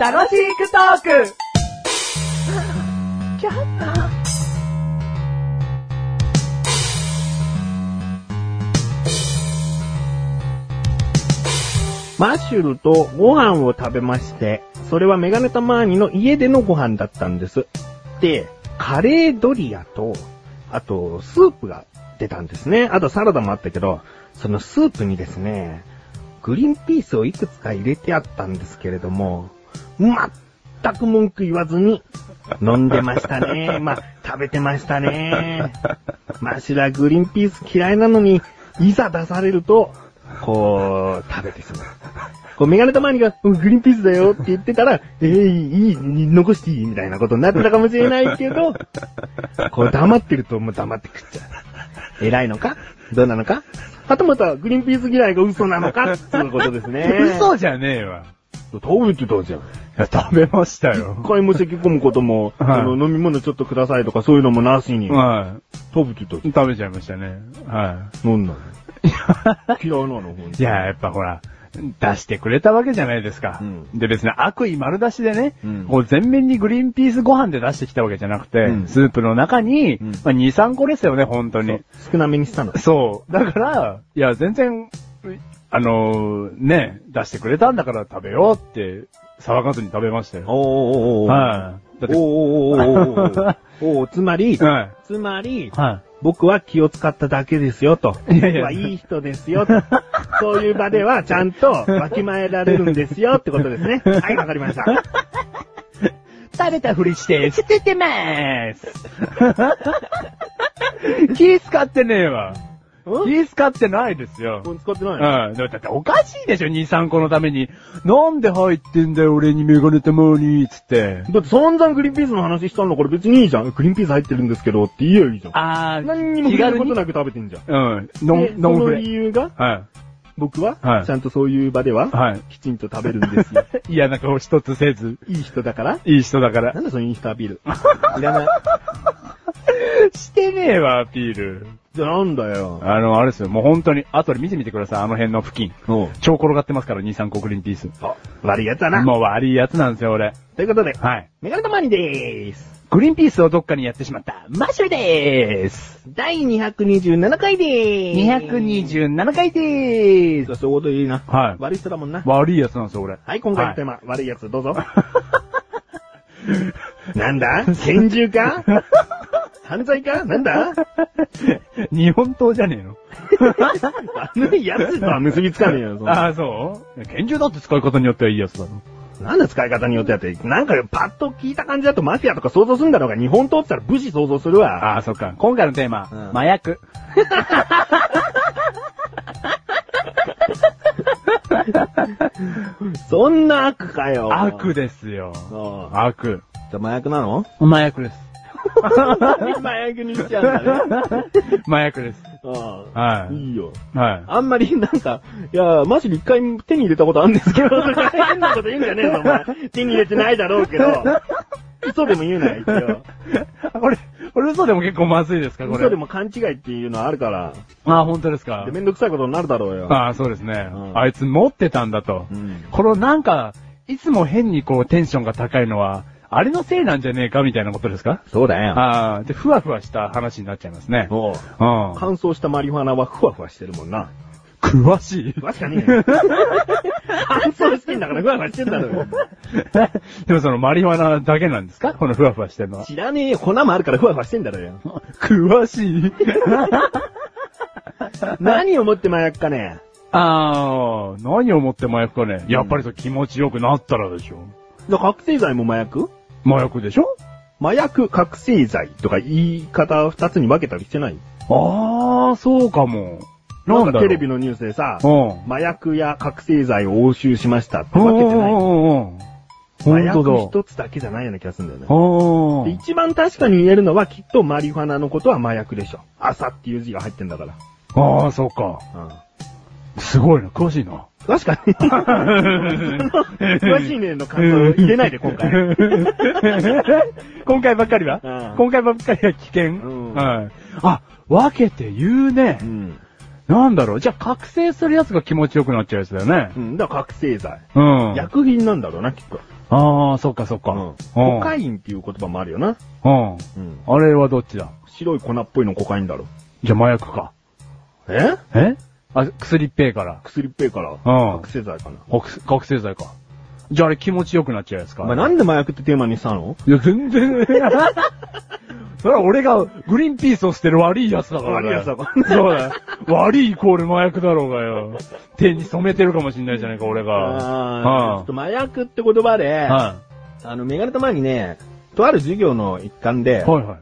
楽しくトークマッシュルとご飯を食べまして、それはメガネタマーニの家でのご飯だったんです。で、カレードリアと、あと、スープが出たんですね。あとサラダもあったけど、そのスープにですね、グリーンピースをいくつか入れてあったんですけれども、全く文句言わずに、飲んでました 。ね。まあ、食べてましたね。マシュラグリーンピース嫌いなのに、いざ出されると、こう、食べてしまう。こう、メガネたまにが、うんグリーンピースだよって言ってたら、えー、いいいい、残していいみたいなことになってたかもしれないけど、こう、黙ってるともう黙って食っちゃう。偉いのかどうなのかはたまた、グリーンピース嫌いが嘘なのかっていうことですね 嘘じゃねえわ。食べてたじゃん。いや、食べましたよ。買いも咳込むことも、はいあの、飲み物ちょっとくださいとかそういうのもなしに、 は食べてたい。じ食べちゃいましたね。はゃん。飲んだの。嫌いなの、ほんとい。いや、やっぱほら、出してくれたわけじゃないですか。うんで、別に悪意丸出しでね、うんこう全面にグリーンピースご飯で出してきたわけじゃなくて、うんスープの中に、んまあ、2、3個ですよね、本当に。少なめにしたの。そう。だから、いや、全然、あのーね、出してくれたんだから食べようって、騒がずに食べましたよ。おーおーおーおー。はい。だって、おーおーおーおーおー おーつまり、はつまりい。、は僕は気を使っただけですよと。い僕やいやはいい人です よと。そういう場ではちゃんとわきまえられるんですよってことですね。はい、わかりま した。い。食べたふりして、捨ててまーす 気使ってねえわ。気使ってないですよ。もう使ってないのうん。だっておかしいでしょ、2、3個のために。なんで入ってんだよ、俺にメガネたまに、つって。だって散々グリーンピースの話したんだから別にいいじゃん。グリーンピース入ってるんですけどって言えばいいじゃん。あー、何にも気触れる軽こにと。なく食べてんじゃん。うん。ノでン、ノンそのフレ。理由が、は僕は、はい。、ちゃんとそういう場ではいはい。きちんと食べるん ですよ。嫌な顔一つせず、いい人だから。いい人だから な。んだそのいい人アピール。いらない。してねえわ、アピール。じゃあなんだよ。あの、あれですよ、もう本当に、後で見てみてください、あの辺の付近。おう超転がってますから、2、3個グリーンピース。あ悪いやつだな。もう悪いやつなんですよ、俺。ということで、はい。メガネたまにでーす。グリーンピースをどっかにやってしまった、マッシュルでーす。第227回でーす。 227回でーす。そういうこといいな。はい悪い人だもんな。悪いやつなんですよ、俺。はい、今回のテーマ、悪いやつ、どう ぞ。なんだ拳銃 か犯罪かなんだはい 日本刀じゃねえの悪いやつとは結びつかねえよ。そんなああ、そう拳銃だって使い方によってはいいやつだろ。なんで使い方によってやって、なんかパッと聞いた感じだとマフィアとか想像するんだろうが、日本刀って言ったら武士想像するわ。ああ、そっか。今回のテーマ、うん麻薬。そんな悪かよ。悪ですよ。そう。悪。じゃあ麻薬なの麻薬です。麻薬にしちゃうんだね。 麻薬です。はうん。いいよ。い。はい。あんまりなんか、いや、マジで一回手に入れたことあるんですけど、とか変なこと言うんじゃねえぞ、お前。手に入れてないだろうけど。嘘でも言うな、一応。これ、これ嘘でも結構まずいですか、これ。嘘でも勘違いっていうのはあるから。ああ、本当ですかで、。めんどくさいことになるだろうよ。ああ、そうですね、うんあいつ持ってたんだと。うん。このなんか、いつも変にこうテンションが高いのは、あれのせいなんじゃねえかみたいなことですかそうだよ。ああ、で、ふわふわした話になっちゃいますね。もう、うん。乾燥したマリファナはふわふわしてるもんな。詳しいふ。わしかねえよ。 乾燥してんだからふわふわしてんだろうよ。 でもそのマリファナだけなんですかこのふわふわしてるのは。知らねえよ。粉もあるからふわふわしてんだろうよ。詳しい。何をもって麻薬かね ああ、何をもって麻薬かね。やっぱりそう気持ちよくなったらでしょ。だから覚醒剤も麻薬麻薬でしょ麻薬覚醒剤とか言い方二つに分けたりしてないああ、そうかも。なんかだろうテレビのニュースでさ、うん。麻薬や覚醒剤を押収しましたってうん分けてない。うんう麻んうん。薬本当だ。一つだけじゃないような気がするんだよね。あでー一番確かに言えるのはきっとマリファナのことは麻薬でしょ。朝っていう字が入ってんだから。あー、そうか。うすごいな、詳しいな。ん。確か に。詳しいねの感想を入れないで、今回。 今回ばっかりは、うん今回ばっかりは危険、んはい。あ、分けて言うね。ん。なんだろう。じゃあ覚醒するやつが気持ちよくなっちゃうやつだよねう。ん、だから覚醒剤。うん。あ薬品なんだろうな、きっと。あー、そっかそっか。うん。うんコカインっていう言葉もあるよな。ううん。ん。あれはどっちだ白い粉っぽいのコカインだろ。じゃあ麻薬か。ええあ、薬っぺえから。薬っぺえから。うん覚醒剤かな。覚醒覚醒剤か。じゃああれ気持ちよくなっちゃうやつか。お前なんで麻薬ってテーマにしたのいや、全然。それは俺がグリーンピースを捨てる悪いやつだからね。悪いやつだからそうだよ。悪いイコール麻薬だろうがよ。手に染めてるかもしんないじゃないか、俺が。あーちょっと麻薬って言葉で、うんはあの、メガネたまにね、とある授業の一環い。で、はいはい。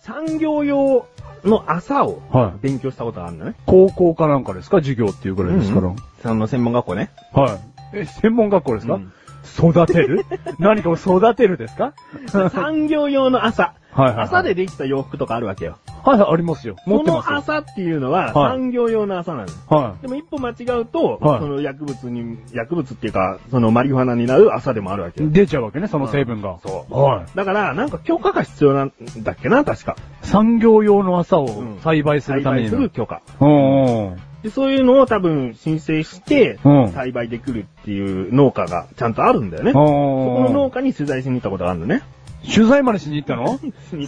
産業用の朝をはい勉強したことがあるんだね。高校かなんかですか授業っていうぐらいですから。うんその専門学校ね。はい。え、専門学校ですか、うん育 てる何かを育てるですかはい産業用の朝。はい、はい。朝で。できた洋服とかあるわけよ。はいはい、ありますよ。持こってまのすよ。朝っていうのははい産業用の朝なの。はでも一歩間違うと、はいその薬物に、薬物っていうか、そのマリファナになる朝でもあるわけい。よ。出ちゃうわけね、その成分が。そはい。だから、なんか許可が必要なんだっけな、確か。産業用の朝をうん栽培する栽ため培にすの。る許可。うんうん。で、そういうのを多分申請してうん、栽培できるっていう農家がちゃんとあるんだよね。あそーこの農家に取材しに行ったことがあるのね。取材までしに行ったの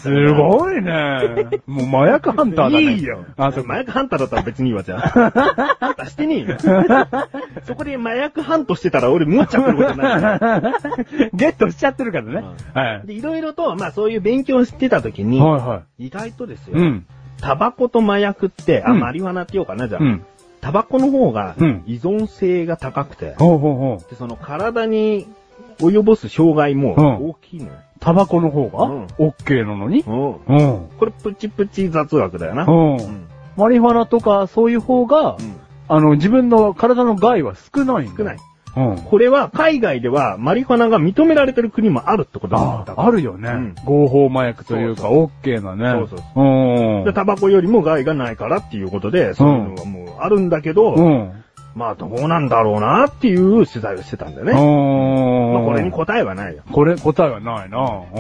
すごい ね。もう麻薬ハンターだね。いいよ。あ、そっ麻か。薬ハンターだったら別にいいわ、じゃあ。 ハンターしてねえよ。 そこで麻薬ハントしてたら俺無っちゃってることになるから。ゲットしちゃってるからね。はい。 で、いろいろと、まあそういう勉強をしてた時に、はいは意外とですい。よ、うん。タバコと麻薬って、あ、うんマリファナって言おうかな、じゃあ、うん。タバコの方がうん依存性が高くて、ほうほうほう。でその体に及ぼす障害もうん大きいのよ。タバコの方が、うんオッケーなのにうんうん。これプチプチ雑学だよな。う。うんんマリファナとか、そういう方が、うんあの、自分の体の害は少ないんだ少ない。。うん。これは海外ではマリファナが認められてる国もあるってことなんあだあ、あるよね、うん合法麻薬というそか、オッケーなね。そうそうう。うん。で、タバコよりも害がないからっていうことで、そういうのがもうあるんだけど、うん。まあどうなんだろうなっていう取材をしてたんだよね。うん。まあこれに答えはないよ。これ、答えはないな。うん。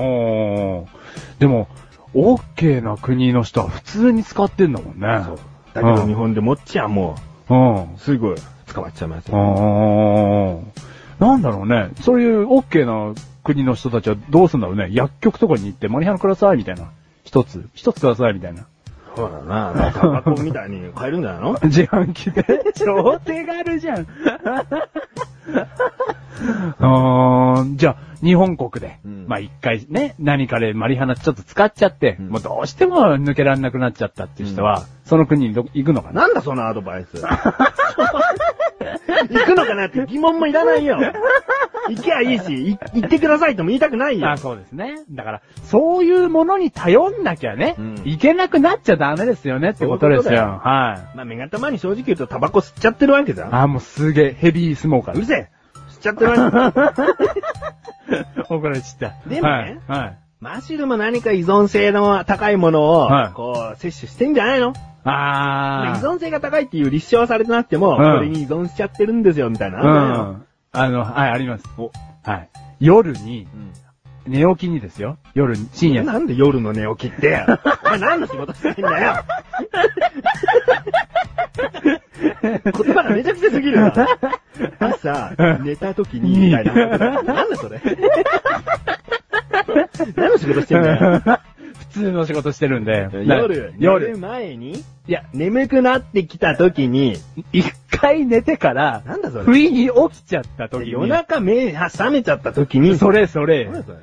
でも、オッケーな国の人は普通に使ってんだもんね。そう。だけどうん日本で持っちゃもうん。う、すぐ捕まっちゃいますうよ。ん。なんだろうね。そういうオッケーな国の人たちはどうすんだろうね。薬局とかに行って、マリハナください、みたいな。一つ。一つください、みたいな。そうだな。タバコみたいに買えるんじゃない の自販機 で。超手軽じゃん。うーん、 じゃあ、日本国で、うんまあ一回ね、何かでマリハナちょっと使っちゃって、うんもうどうしても抜けられなくなっちゃったっていう人は、その国にど行くのかななんだそのアドバイス。行くのかなって疑問もいらないよ。行きゃいいし、い行ってくださいとも言いたくないよあ。そうですね。だから、そういうものに頼んなきゃね、うんいけなくなっちゃダメですよねってことですそうよ。いうこはい。まあ、目がたまに正直言うとタバコ吸っちゃってるわけじゃん。あー、もうすげえヘビースモーカうーるせえ吸っちゃってるわけ。 怒られちゃった。でもねはい。はいマシルも何か依存性の高いものをはい、こう、摂取してんじゃないの、まああ依ー。存性が高いっていう立証はされてなくても、んこれに依存しちゃってるんですよ、みたいな。うん。あの、はい、あります。はい。夜に、寝起きにですよ。夜に、深夜に。なんで夜の寝起きって、 お前何の仕事してんだよ言葉がめちゃくちゃすぎるよ。朝、寝た時に、みたいな。なんだそれ何の仕事してんだよ。 普通の仕事してるんで。夜、な夜寝る夜。前に、いや、眠くなってきた時に、一回寝てから、なんだそれ不意に起きちゃった時に。夜中目が覚めちゃった時に、それそれなん。だそれ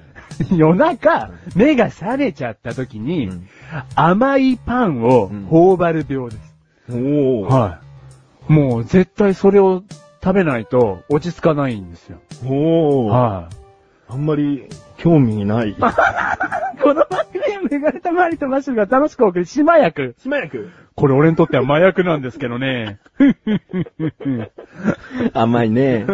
夜中、目が覚めちゃった時に、うん甘いパンをうん頬張る病です。おー。はい。もう絶対それを食べないと落ち着かないんですよ。おー。はあんまり興味ない。い。この番組はメガネたまりとマッシュルが楽しくお送り、島役。しまやく。これ俺 にとっては麻薬なんですけどね。甘いね。